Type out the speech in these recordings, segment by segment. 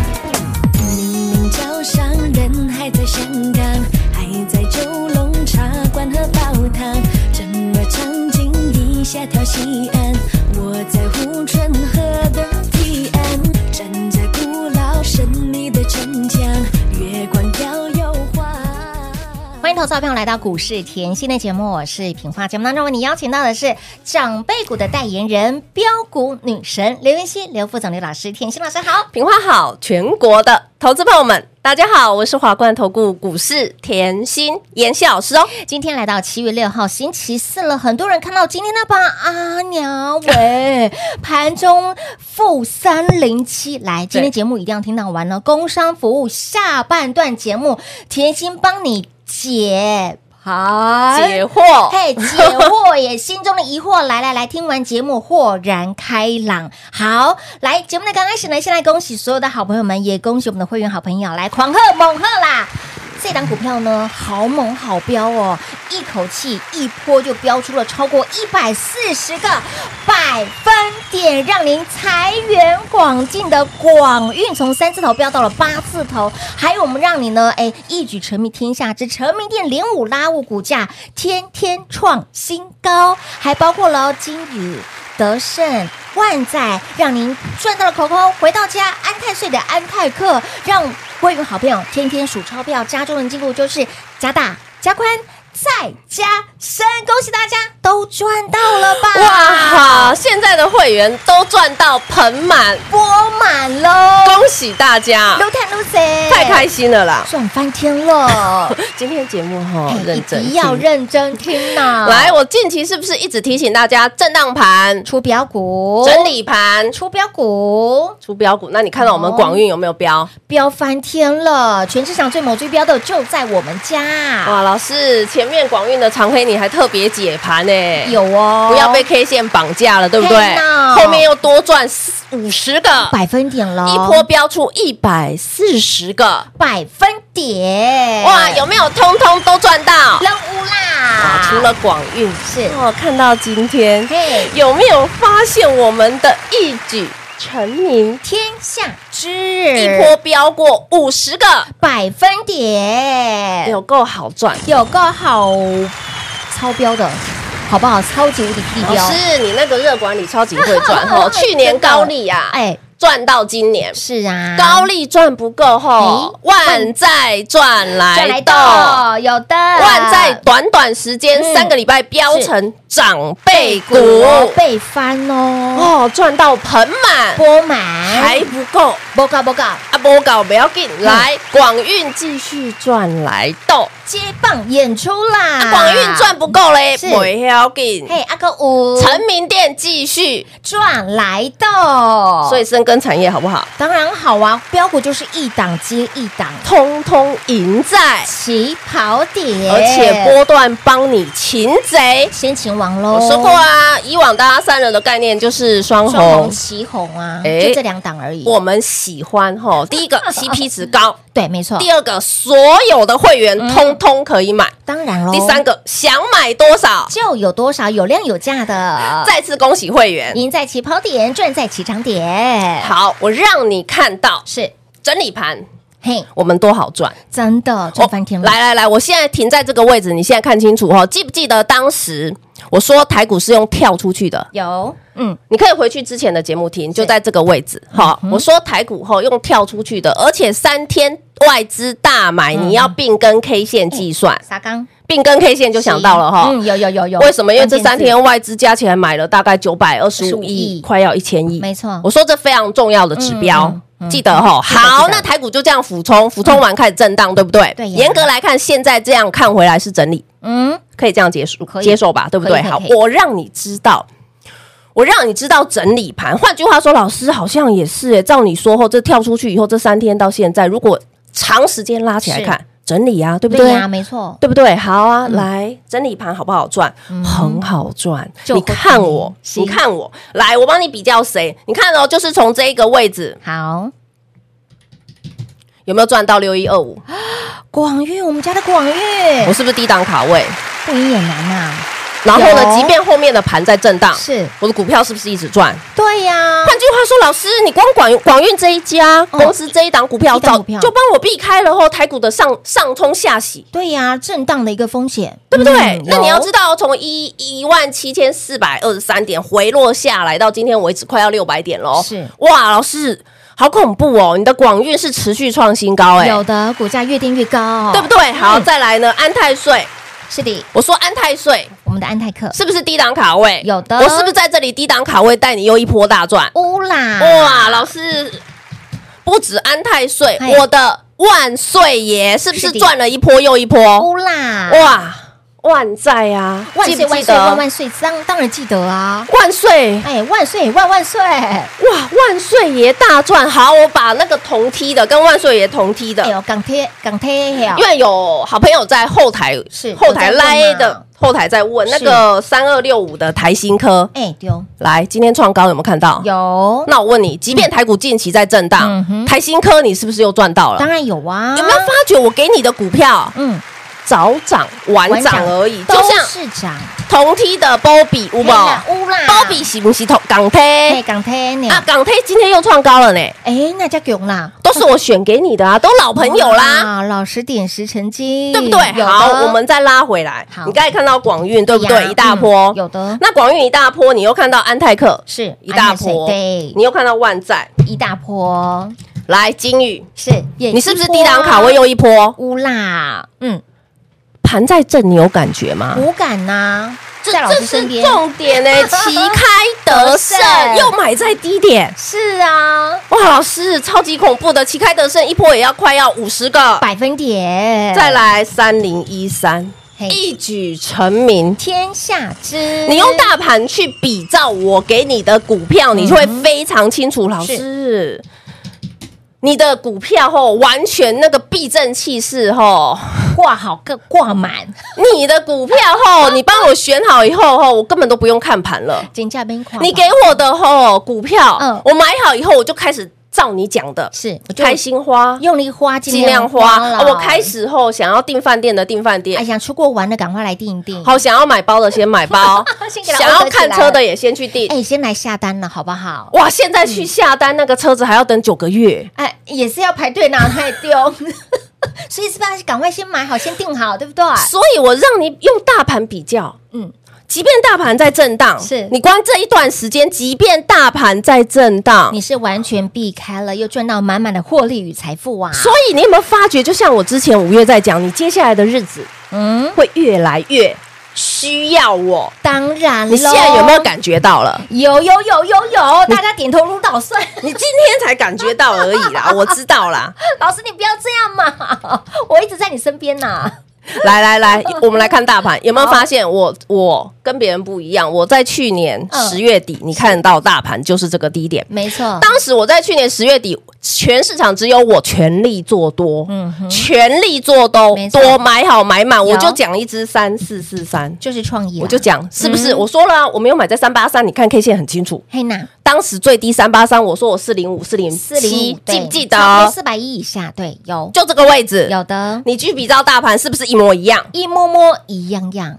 明明早上人还在香港，还在九龙茶馆喝煲汤，整个场景一下跳西安，我在护城河的堤岸，站在古老神秘的城墙，月光摇又晃。欢迎投资者朋友来到股市甜心的节目，我是品花。节目当中为你邀请到的是长辈股的代言人标股女神刘云熙、刘副总、刘老师、甜心老师好。平花好，全国的投资朋友们，大家好，我是华冠投顾股市甜心妍希老师哦。今天来到七月六号星期四了，很多人看到今天那把阿鸟尾盘中负三零七，来，今天节目一定要听到完了。工商服务下半段节目，甜心帮你解盘解惑，嘿，解惑也，心中的疑惑，来来来，听完节目豁然开朗。好，来节目的刚开始呢，先来恭喜所有的好朋友们，也恭喜我们的会员好朋友，来狂贺猛贺啦！这档股票呢，好猛好飙哦，一口气一波就飙出了超过一百四十个百分点，让您财源广进的广运从三字头飙到了八字头，还有我们让你呢，哎，一举沉迷天下之沉迷店连五拉五，股价天天创新高，还包括了金宇、德胜。万载让您赚到了口口，回到家安泰税的安泰克，让会员好朋友天天数钞票，家中的进步就是加大、加宽、再加深，恭喜大家都赚到了哎吧！哇，现在的会员都赚到盆满，播满喽，恭喜大家，撸碳撸谁？太开心了啦！哎赚翻天了！今天节目哈，认真哎一听定要认真听呐、来，我近期是不是一直提醒大家震荡盘、出标股，整理盘、出标股，出标股？哦那你看到我们广运有没有标？标翻天了！全市场最猛追标的就在我们家，哇，老师，前面广运的长黑你还特别解盘呢、有哦，不要被 K 线绑架了，对不对天哪？后面又多赚五十个，百分点了，一波标出一百四十个，百分点，哇，有没有通通都赚到？任务啦啊！除了广运，是，哦，看到今天嘿，有没有发现我们的一举成名？天下之一波标过五十个，百分点，哎有够好赚。有个好超标的，好不好？超级无敌地老标，师，你那个热管理超级会 赚哦，去年高利啊，哎，赚到今年。是啊，高利赚不够后哎，万债赚再来来斗。到有的万债短短时间嗯三个礼拜飙成长辈股，被翻哦，哦，赚到盆满波哎满还不够报告报告，啊！不搞不要紧，来广运继续赚来斗，接棒演出啦！广啊运赚不够嘞，是不要紧，嘿阿哥五成名店继续，赚来的，所以深耕产业好不好？当然好啊，标股就是一档接一档，通通赢在，起跑点，而且波段帮你擒贼。先秦王喽。我说过啊，以往大家三人的概念就是双双红红，旗红啊，哎就这两档而已。我们喜欢吼，第 一个 CP 值高，对，没错。第二个，所有的会嗯员通通可以买。当然喽，第三个，想买多 少？就有多少有量有价的，再次恭喜会员。赢在起跑点，赚在起涨点。，好，我让你看到是整理盘，嘿，我们多好赚，真的赚翻天哦了。来来来，我现在停在这个位置，你现在看清楚哦。记不记得当时我说台股是用跳出去的？有，嗯，你可以回去之前的节目听，就在这个位置。好，我说台股后用跳出嗯去的，而且三天外资大买，你要并跟 K 线计算。撒刚并根 K 线就想到了哈。嗯，有有有有，为什么？因为这三关键天外资加起来买了大概九百二十五亿亿，快要一千亿。没错我说这非常重要的指标嗯，嗯嗯记得哈。记得记得好，那台股就这样俯冲，俯冲完开始震荡，对不对？嗯对呀严格来看，现在这样看回来是整理，字嗯，可以这样结束，可以接受吧，对不对？可以好可以可以，我让你知道。我让你知道整理盘，换句话说，老师好像也是诶、哎照你说后，这跳出去以后，这三天到现在，如果长时间拉起来是看，整理啊，对不对呀，没错，对不对？好啊，嗯来整理盘好不好赚？很好赚。就你会看我，是你看我，来，我帮你比较谁？你看哦，就是从这一个位置好，有没有赚到六一二五？广运，我们家的广运，我是不是低档卡位？不赢也难呐，然后呢，有即便后面的盘在震荡，是我的股票是不是一直赚？对呀，换句话说，老师，你光广广运这一家哦公司这一档股票一档早股票就帮我避开了后哦台股的上上冲下洗。对呀，震荡的一个风险，对不对？嗯那你要知有道，从一一万七千四百二十三点回落下来，到今天为止快要六百点喽。是哇，老师好恐怖哦！你的广运是持续创新高哎、有的股价越定越高，对不？对？好，嗯再来呢，安泰税，是的，我说安泰税我们的安泰克是不是低档卡位？有的我是不是在这里低档卡位带你又一波大赚？乌啦，哇，老师不止安泰税嘿，我的万岁爷是不哎是是的赚了一波又一波？乌啦，哇，万在啊！万记岁不万记岁得万万岁，当当然记得啊，万岁！哎，万岁万万岁，哎哇，万岁爷大赚！好，我把那个同梯的跟万岁爷同梯的，哎呦，港铁港铁呀因，为有好朋友在后台是后台有在问来嘛的后台在问是那个三二六五的台新科，哎丢来今天创高有没有看到？。有，那我问你，即便台股近期在震嗯哼荡，台新科你是不是又赚到了当？然有啊，有没有发觉我给你的股票嗯，早涨晚涨而已？就都像是涨，同梯的波比，有乌啦冇？乌啦，波比是不是同港哎铁港铁呢，啊？港铁今天又创高了呢。哎那叫囧啦，都是我选给你的 啊，都老朋友啦，哇，老实点石成金，对不对？有的好，我们再拉回来。好你刚才看到广运，对不呀对？一大波嗯。有的那广运一大波，你又看到安泰克是一大安波，泰水你又看到万载，对一大波来金宇，是，也你是不是一波低档卡位又一波？乌啦，嗯，盘在震，你有感觉吗？无感呐，嗯这在老这师身是边，重 点呢，旗开得胜得胜，又买在低点。是啊，哇，老师超级恐怖的，旗开得胜一波也要快要五十个。百分点，再来三零一三，嘿一举成名。天下之，你用大盘去比照我给你的股嗯票，你就会非常清楚，老师。你的股票吼，完全那个避震气势吼，挂好个挂满，你的股票 吼，你帮我选好以后吼，我根本都不用看盘了。金价边挂，你给我的吼股票，嗯我买好以后我就开始照你讲的，是我就开心花，用力花，尽量花。了啊我开。始后想要订饭店的订饭哎，店，想出国玩的赶快来订一订。好想要买包的先买包 先，给它想要 order 起来看车的也先去订。哎，先来下单了，好不好？哇，现在去下单那个车子还要等九个月。哎，也是要排队拿太丢， 所以是不是赶快先买好，先订好，对不对？所以我让你用大盘比较，嗯嗯，即便大盘在震荡，是你光这一段时间，即便大盘在震荡你，是完全避开了，又赚到满满的获利与财富啊！所以你有没有发觉？就像我之前五月在讲，你接下来的日子嗯，会越来越需要我。当然了，你现在有没有？感觉到了？有有有有有，大家点头如捣蒜。 你今天才感觉到而已啦，我知道啦。老师，你不要这样嘛， 我一直在你身边呐。来来来，我们来看大盘，有没有发现我我跟别人不一样？我在去年嗯十月底，你看到大盘就是这个低点。没错，当时我在去年十月底，全市场只有我全力做多，嗯嗯，全力做多没，错多买好买满，有我就讲一只三四四三，就是创啊意啦，我就讲是不是？嗯我说了啊，我没有买在三八三，你看 K 线很清楚，嘿娜当时最低三八三，我说我四零五、四零四零七，记不记得？四百一以下，对，有就这个位置，有的，你去比照大盘是不是一模一样？一摸摸一样样，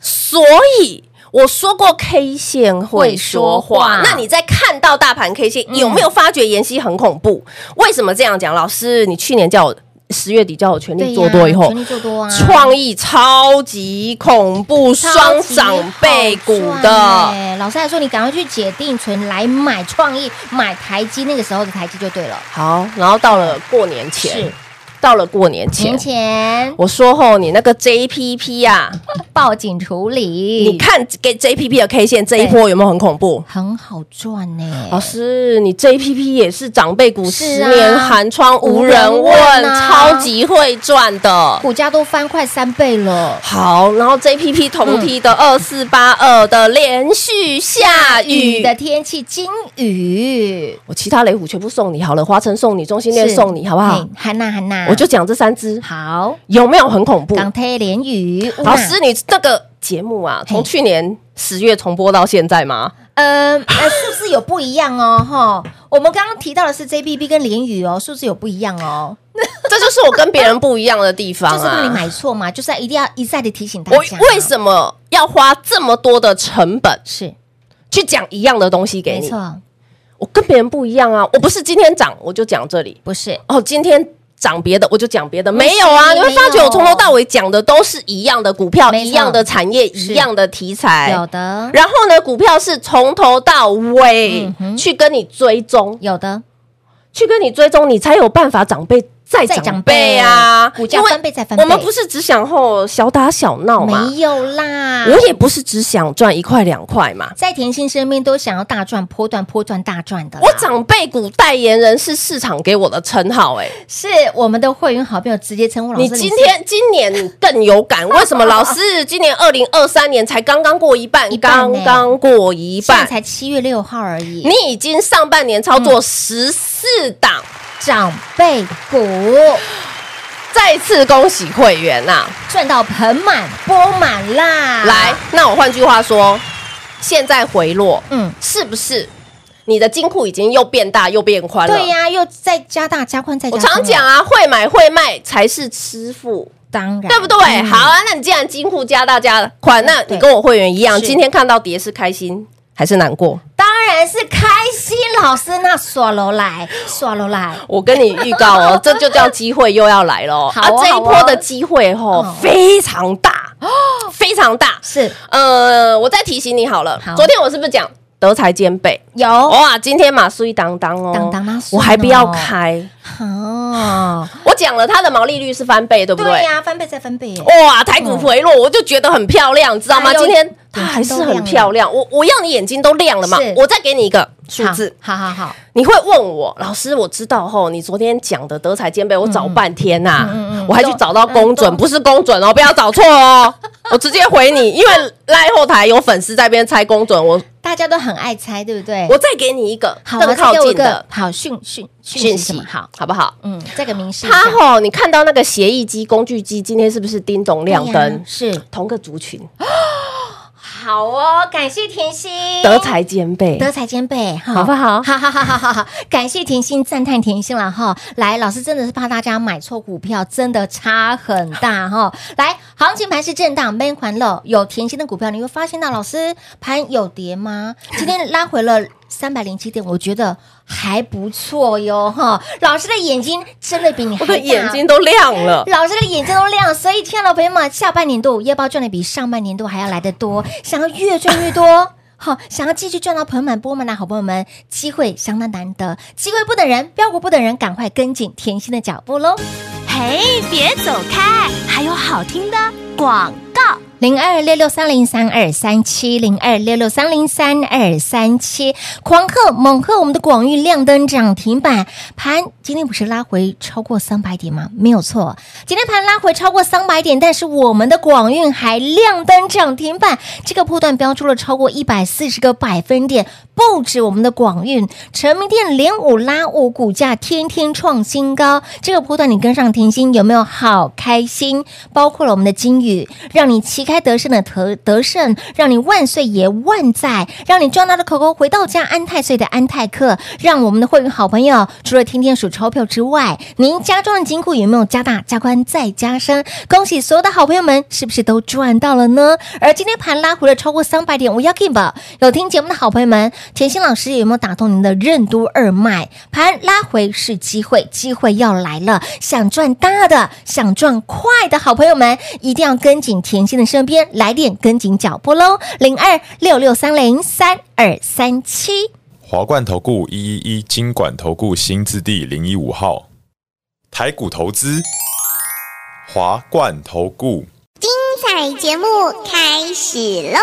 所以我说过 K 线会会说说话嗯话。那你在看到大盘 K 线，有没有发觉妍希很恐怖？为什么这样讲？老师，你去年叫我十月底叫我全对力呀做多以后全。力做多啊，创意超级恐怖，超双级涨倍股好赚的。欸老师还说你赶快去解定存来买创意、买台积，那个时候的台积就对了。好，然后到了过年前是，嗯到了过年前年，前我说吼，你那个 JPP 啊，报警处理，你看给 JPP 的 K 线这一波有没有很恐怖？很好赚呢、老师，你 JPP 也是长辈股，是十啊年寒窗无人无人问问，啊超级会赚的。股价都翻快三倍了，好，然后 JPP 同梯的二四八二的连续下雨雨的天气，金雨，我其他雷虎全部送你好了，华晨送你，中心店是送你，好不好嘿？韩娜韩娜，我就讲这三只，好，有没有很恐怖？港泰连雨，乌娜老师，，你这个节目啊，从去年十月重播到现在 吗？呃，呃是不是有不一样哦？哈，我们刚刚提到的是 JBB 跟连雨哦，是不是有不一样哦？这就是我跟别人不一样的地方就是不能啊！买错嘛，就是要一定要一再的提醒大我家，为什么要花这么多的成本是去讲一样的东西给没你？错，我跟别人不一样啊！我不是今天涨我就讲这里，不是哦，今天涨别的我就讲别的，没有没啊！你有会发觉我从头到尾讲的都是一样的股票、没错一样的产业、是一样的题材。有的，然后呢，股票是从头到尾嗯哼去跟你追踪，有的去跟你追踪，你才有办法长辈再再长长辈辈啊！股价因为翻倍再翻倍我们不是只想后小打小闹嘛没，有啦，我也不是只想赚一块两块嘛。在甜心身边都想要大赚、波段、波段大赚的啦。我长辈股代言人是市场给我的称号、哎，是我们的会员好朋友直接称呼老师，你今是天今年你更 有感，为什么？老师，今年二零二三年才刚刚过一半，一半刚呢刚过一现在半，才嗯七月六号而已。你已经上半年操作十四档，长辈股再次恭喜会员呐、赚到盆满钵满啦！来，，那我换句话说，现在回落，嗯，是不是你的金库已经又变大又变宽了？对呀、又再加大加宽再加我宽了。常讲啊，会买会卖才是师傅。当然嗯对不对？好啊，那你既然金库加大家款，那对你跟我会员一样，是今天看到跌是开心还是难过？当然是开心。老师，那耍楼来，耍楼来，我跟你预告 哦，这就叫机会又要来喽、好哦这一好波哦的机会吼、嗯非常大，非常大。是呃，我再提醒你好了，好昨天我是不是讲德才兼备？有哇，今天马苏一当当哦，当当马苏我还不要呢开。哦，我讲了，它的毛利率是翻倍，对哦不对呀、翻倍再翻倍耶，哇，台股回落，我就觉得很漂亮，知道吗？嗯哎呦今天它还是很漂亮，我我要你眼睛都亮了嘛是。我再给你一个数字，好好好好，你会问我老师，我知道吼，你昨天讲的德才兼备，我找半天呐、嗯嗯嗯我还去找到公嗯准，不是公准哦，不要找错哦，我直接回你，因为赖后台有粉丝在边猜公准，我大家都很爱猜，对不对？我再给你一个哎好，我更再靠给我一近个的好讯讯讯讯息息，嘛，好，好不好？嗯，这个明示一下它吼，你看到那个协议机、工具机，今天是不是叮咚亮对呀哎灯？是同个族群，好哦，感谢甜心，德才兼备，德才兼备，好好不好好好好好好好，感谢甜心，赞叹甜心了哈。来，老师真的是怕大家买错股票，真的差很大哈。来，行情盘是震荡，闷环了，有甜心的股票，你会发现到老师盘有跌吗？今天拉回了。三百零七点，我觉得还不错哟哈。老师的眼睛真的比你还我大的眼睛都亮了。老师的眼睛都亮，所以亲爱的朋友们，下半年度夜报赚的比上半年度还要来得多，想要越赚越多。 好，想要继续赚到盆满钵满的好朋友们，机会相当难得，机会不等人，标股不等人，赶快跟紧甜心的脚步喽！嘿，别走开，还有好听的广告。零二六六三零三二三七零二六六三零三二三七，狂贺猛贺我们的广域亮灯涨停板盘，今天不是拉回超过三百点吗？没有错，今天盘拉回超过三百点，但是我们的广运还亮灯涨停板，这个波段标出了超过一百四十个百分点，不止我们的广运，成名店连五拉五，股价天天创新高，这个波段你跟上甜心有没有好开心？包括了我们的金宇，让你旗开得胜的得得胜，让你万岁爷万载，让你赚到的口口回到家安泰岁的安泰克，让我们的会员好朋友除了天天数钞票之外，您家中的金库有没有加大、加宽、再加深？恭喜所有的好朋友们，是不是都赚到了呢？而今天盘拉回了超过三百点，我要 keep。有听节目的好朋友们，甜心老师有没有打动您的任督二脉？盘拉回是机会，机会要来了，想赚大的、想赚快的好朋友们，一定要跟紧甜心的身边，来点跟紧脚步喽！零二六六三零三二三七。华冠投顾一一一金管投顾新字第零一五号，台股投资，华冠投顾。彩节目开始喽！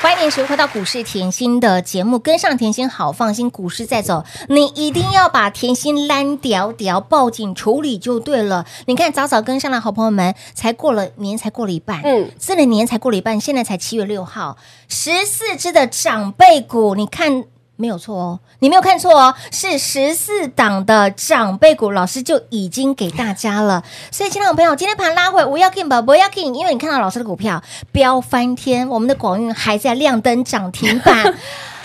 欢迎收回到股市甜心的节目，跟上甜心好放心，股市在走，你一定要把甜心烂屌屌报警处理就对了。你看早早跟上的好朋友们，才过了年，才过了一半，嗯，这个年才过了一半，现在才七月六号，十四只的长辈股，你看。没有错哦，你没有看错哦，是十四档的长辈股，老师就已经给大家了。所以，亲爱的朋友，今天盘拉回，我要 king 吧，不要 king，因为你看到老师的股票飙翻天，我们的广运还在亮灯涨停 板。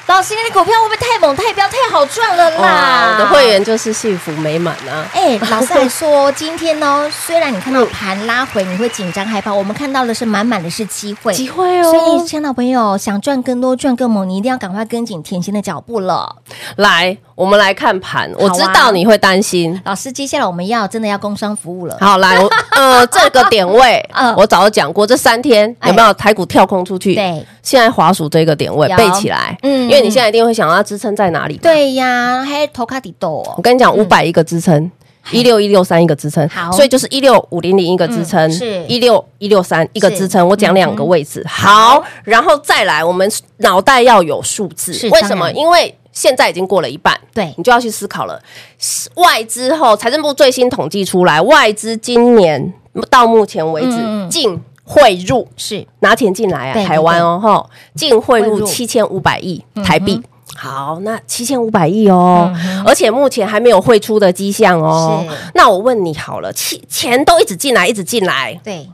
老师，你的股票会不会太猛、太飙、太好赚了啦？哇，哦我的会员就是幸福美满啊！哎、老师还说，今天呢，虽然你看到盘拉回，你会紧张害怕，我们看到的是满满的是机会，机会哦所以，亲爱的朋友，想赚更多、赚更猛，你一定要赶快跟紧甜心的脚步了。来，我们来看盘，我知道你会担心。老师，接下来我们要真的要工商服务了。好，来， 我呃，这个点位嗯，我早就讲过，这三天哎有没有台股跳空出去？对，现在华数这个点位有背起来，嗯嗯，因为你现在一定会想要它支撑在哪里。，对呀，还有头卡底豆我哦，跟你讲，五百一个支撑，一六一六三一个支撑好，所以就是一六五零零一个支撑嗯，是嗯一六一六三一个支撑，我讲两个位置。好，然后再来，我们脑袋要有数字是，为当什么？然因为现在已经过了一半，对你就要去思考了。外资后，财政部最新统计出来，外资今年到目前为嗯止嗯净汇入是拿钱进来对啊，台湾哦，吼，净汇汇入入嗯七千五百亿台币。好，那七千五百亿哦，而且目前还没有汇出的迹象哦是。那我问你好了，钱钱都一直进来，一直进来，对，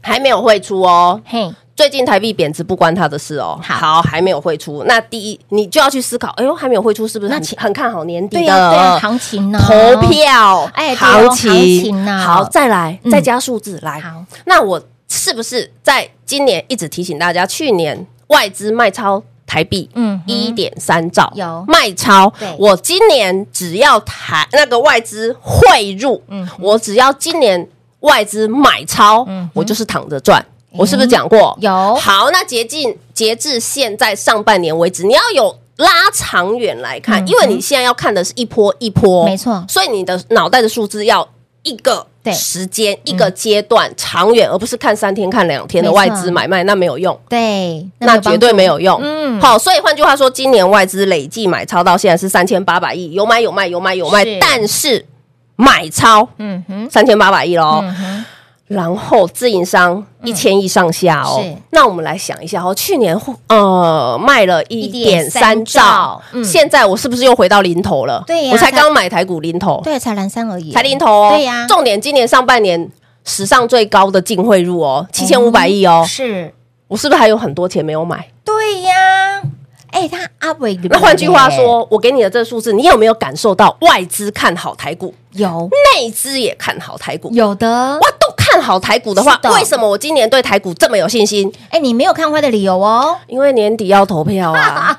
还没有汇出哦。嘿，最近台币贬值不关他的事哦。好还没有汇出。那第一，你就要去思考，哎呦，还没有汇出，是不是很很看好年底对的呀，对呀，行情呢？投票，哎对哦行行情情呐好，再来，嗯再加数字来好。那我是不是在今年一直提醒大家，去年外资卖超台币，嗯嗯，哼一点三兆有卖超对。我今年只要台那个外资汇入，嗯嗯，我只要今年外资买超嗯哼，我就是躺着赚。我是不是讲过？有好，那截近截至现在上半年为止，你要有拉长远来看，嗯因为你现在要看的是一波一波，没错所以你的脑袋的数字要一个对嗯时间、一个阶段、长远，而不是看三天、看两天的没错外资买卖，那没有用。对，那有帮绝对助没有用。嗯嗯，好，所以换句话说，今年外资累计买超到现在是三千八百亿，有买有卖，有买有卖是，但是买超嗯哼，三千八百亿喽。嗯哼，嗯然后自营商一千亿上下哦。是那我们来想一下哦，去年呃卖了一点1.3三兆兆，嗯现在我是不是又回到零头了？对呀我才才刚买台股零头，对，才蓝山而已，哎才零头哦。对呀重点今年上半年史上最高的净汇入哦，七千五百亿嗯哦，是，我是不是还有很多钱没有买？对呀，哎，他阿伟，那换句话，说，我给你的这个数字，你有没有感受到外资看好台股，有内资也看好台股？有的，哇，都看好台股的话是的，为什么我今年对台股这么有信心？哎，你没有看坏的理由哦，因为年底要投票 啊，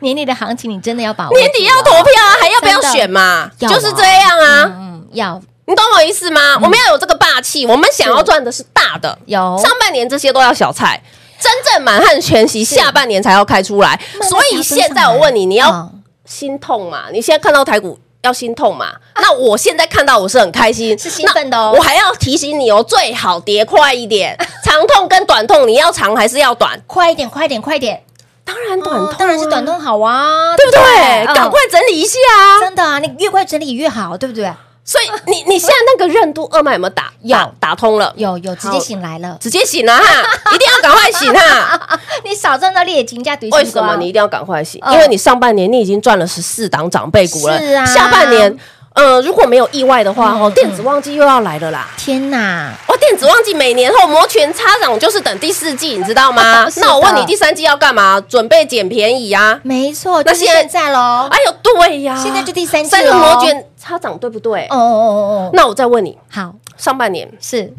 年底的行情你真的要把握，年底要投，票啊，还要不要真的选嘛？要就是啊这样啊，嗯，要你懂我意思吗？我们要有这个霸气，我们想要赚的是大的，有上半年这些都要小菜。真正满汉全席，下半年才要开出来，慢所以慢现在上我来问你，你要嗯心痛嘛？你现在看到台股要心痛嘛？那我现在看到我是很开心，啊是兴奋的哦那我还要提醒你哦，最好跌快一 点，长痛跟短痛，你要长还是要短？快一点，快一点，快一点，当然短痛哦，当然是短啊痛好啊，对嗯不对？赶快整理一下啊！真的啊，你越快整理越好，对不对？所以你你现在那个任督二脉有没有打？有打打通了，有有，直接好醒来了。直接醒 了哈！一定要赶快醒哈！你少赚到列金加对为什么你一定要赶快醒？嗯因为你上半年你已经赚了十四档长辈股了，是啊下半年。呃，如果没有意外的话，哦，嗯电子旺季又要来了啦！天哪，哇，电子旺季每年后摩拳擦掌，就是等第四季，你知道吗？哦是的那我问你，第三季要干嘛？准备捡便宜呀！没错，就那是现在现在喽。哎呦，对呀，哦现在就第三季三个咯摩拳擦掌，对不对哦？哦哦哦，那我再问你，好上半年是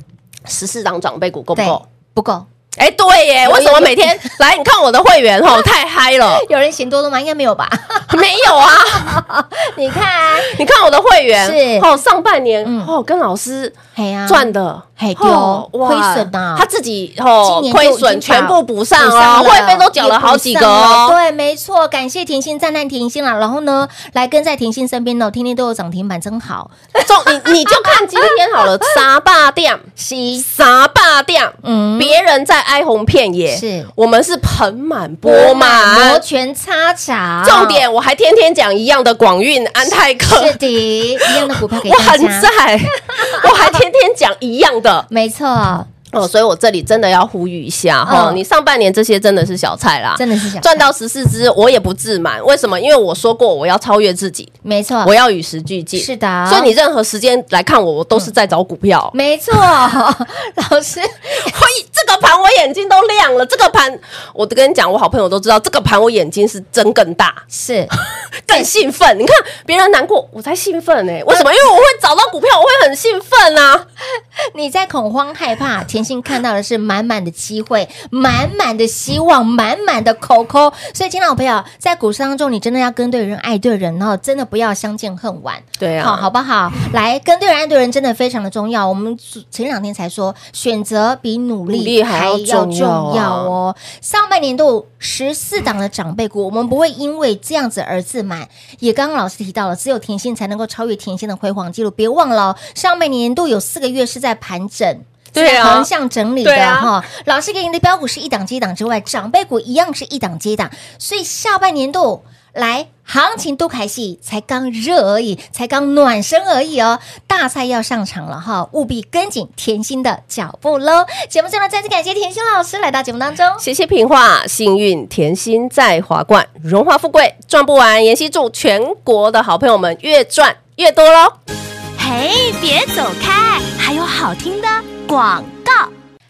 十四档长辈股够不对够？不够，哎，对耶，有为什么每 天来？你看我的会员吼，太嗨了，有人嫌多多吗？应该没有 吧？没 有啊？你看，你看我的会员是哦，上半年嗯哦跟老师嘿呀，赚的，嘿对哦哇亏损啊他自己哦今年就亏已经损全把部补上补哦，了会费都缴了好几也个补上了哦。对，没错，感谢甜心，赞叹甜心啦。然后呢，来跟在甜心身边哦，天天都有涨停板，真好。中你你就看今天好了，啥霸店，是啥霸店，嗯，别人在哀鸿遍野，是我们是盆满钵波摩满。拳擦掌，重点我还天天讲一样的广运、安泰克是，的，一样的股票给我大很家， 在，我还天天讲一样的没错，哦，所以我这里真的要呼吁一下哈，嗯你上半年这些真的是小菜啦，真的是想赚到十四只，我也不自满。为什么？因为我说过我要超越自己，没错，我要与时俱进。嗯是的所以你任何时间来看我，我都是在找股票。没错， 老师嘿，这个盘我眼睛都亮了。这个盘，我都跟你讲，我好朋友都知道，这个盘我眼睛是睁更大，是更兴奋。你看别人难过，我才兴奋哎、为什么？因为我会找到股票，我会很兴奋啊。你在恐慌害怕，甜心看到的是满满的机会，满满的希望，满满的口口。所以，亲爱的朋友，在股市当中，你真的要跟对人、爱对人哦，真的不要相见恨晚。对啊，好好不好？来，跟对人、爱对人真的非常的重要。我们前两天才说，选择比努努力力还还要要重重要啊要哦。上半年度十四档的长辈股，我们不会因为这样子而自满。也刚刚老师提到了，只有甜心才能够超越甜心的辉煌记录。别忘了哦、上半年度有四个月是在盘整。对啊是在横向整理的对啊哈、老师给你的标股是一档接一档之外，长辈股一样是一档接一档，所以下半年度来行情都开戏，才刚热而已，才刚暖身而已哦，大菜要上场了哈，务必跟紧甜心的脚步喽。节目最后再次感谢甜心老师来到节目当中，谢谢平话，幸运甜心在华冠，荣华富贵赚不完。妍希祝全国的好朋友们越赚越多喽！嘿，别走开，还有好听的广告。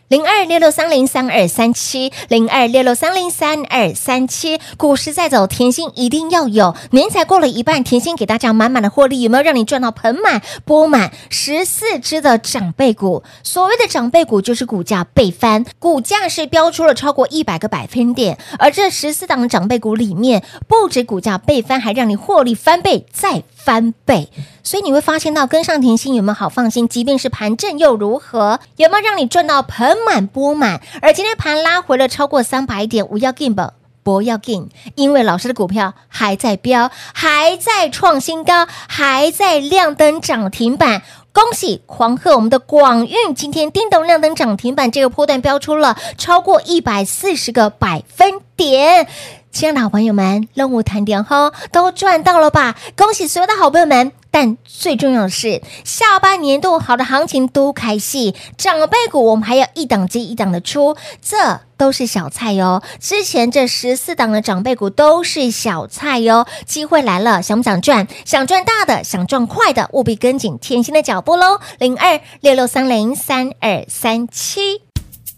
零二六六三零三二三七，零二六六三零三二三七。股市在走，甜心一定要有。年才过了一半，甜心给大家满满的获利，有没有让你赚到盆满钵满？十四只的长辈股，所谓的长辈股就是股价倍翻，股价是标出了超过一百个百分点。而这十四档的长辈股里面，不止股价倍翻，还让你获利翻倍再翻倍。所以你会发现到跟上甜心有没有好放心？即便是盘正又如何？有没有让你赚到盆满钵满？而今天盘拉回了超过三百点，不要 game 吧。不要 gain，因为老师的股票还在飙，还在创新高，还在亮灯涨停板。恭喜狂贺我们的广运，今天叮咚亮灯涨停板，这个波段标出了超过一百四十个百分点。亲爱的好朋友们，任务谈点吼，都赚到了吧？恭喜所有的好朋友们！但最重要的是，下半年度好的行情都开戏，长辈股我们还要一档接一档的出，这都是小菜哟。之前这十四档的长辈股都是小菜哟，机会来了，想不想赚？想赚大的，想赚快的，务必跟紧甜心的脚步喽！零二六六三零三二三七。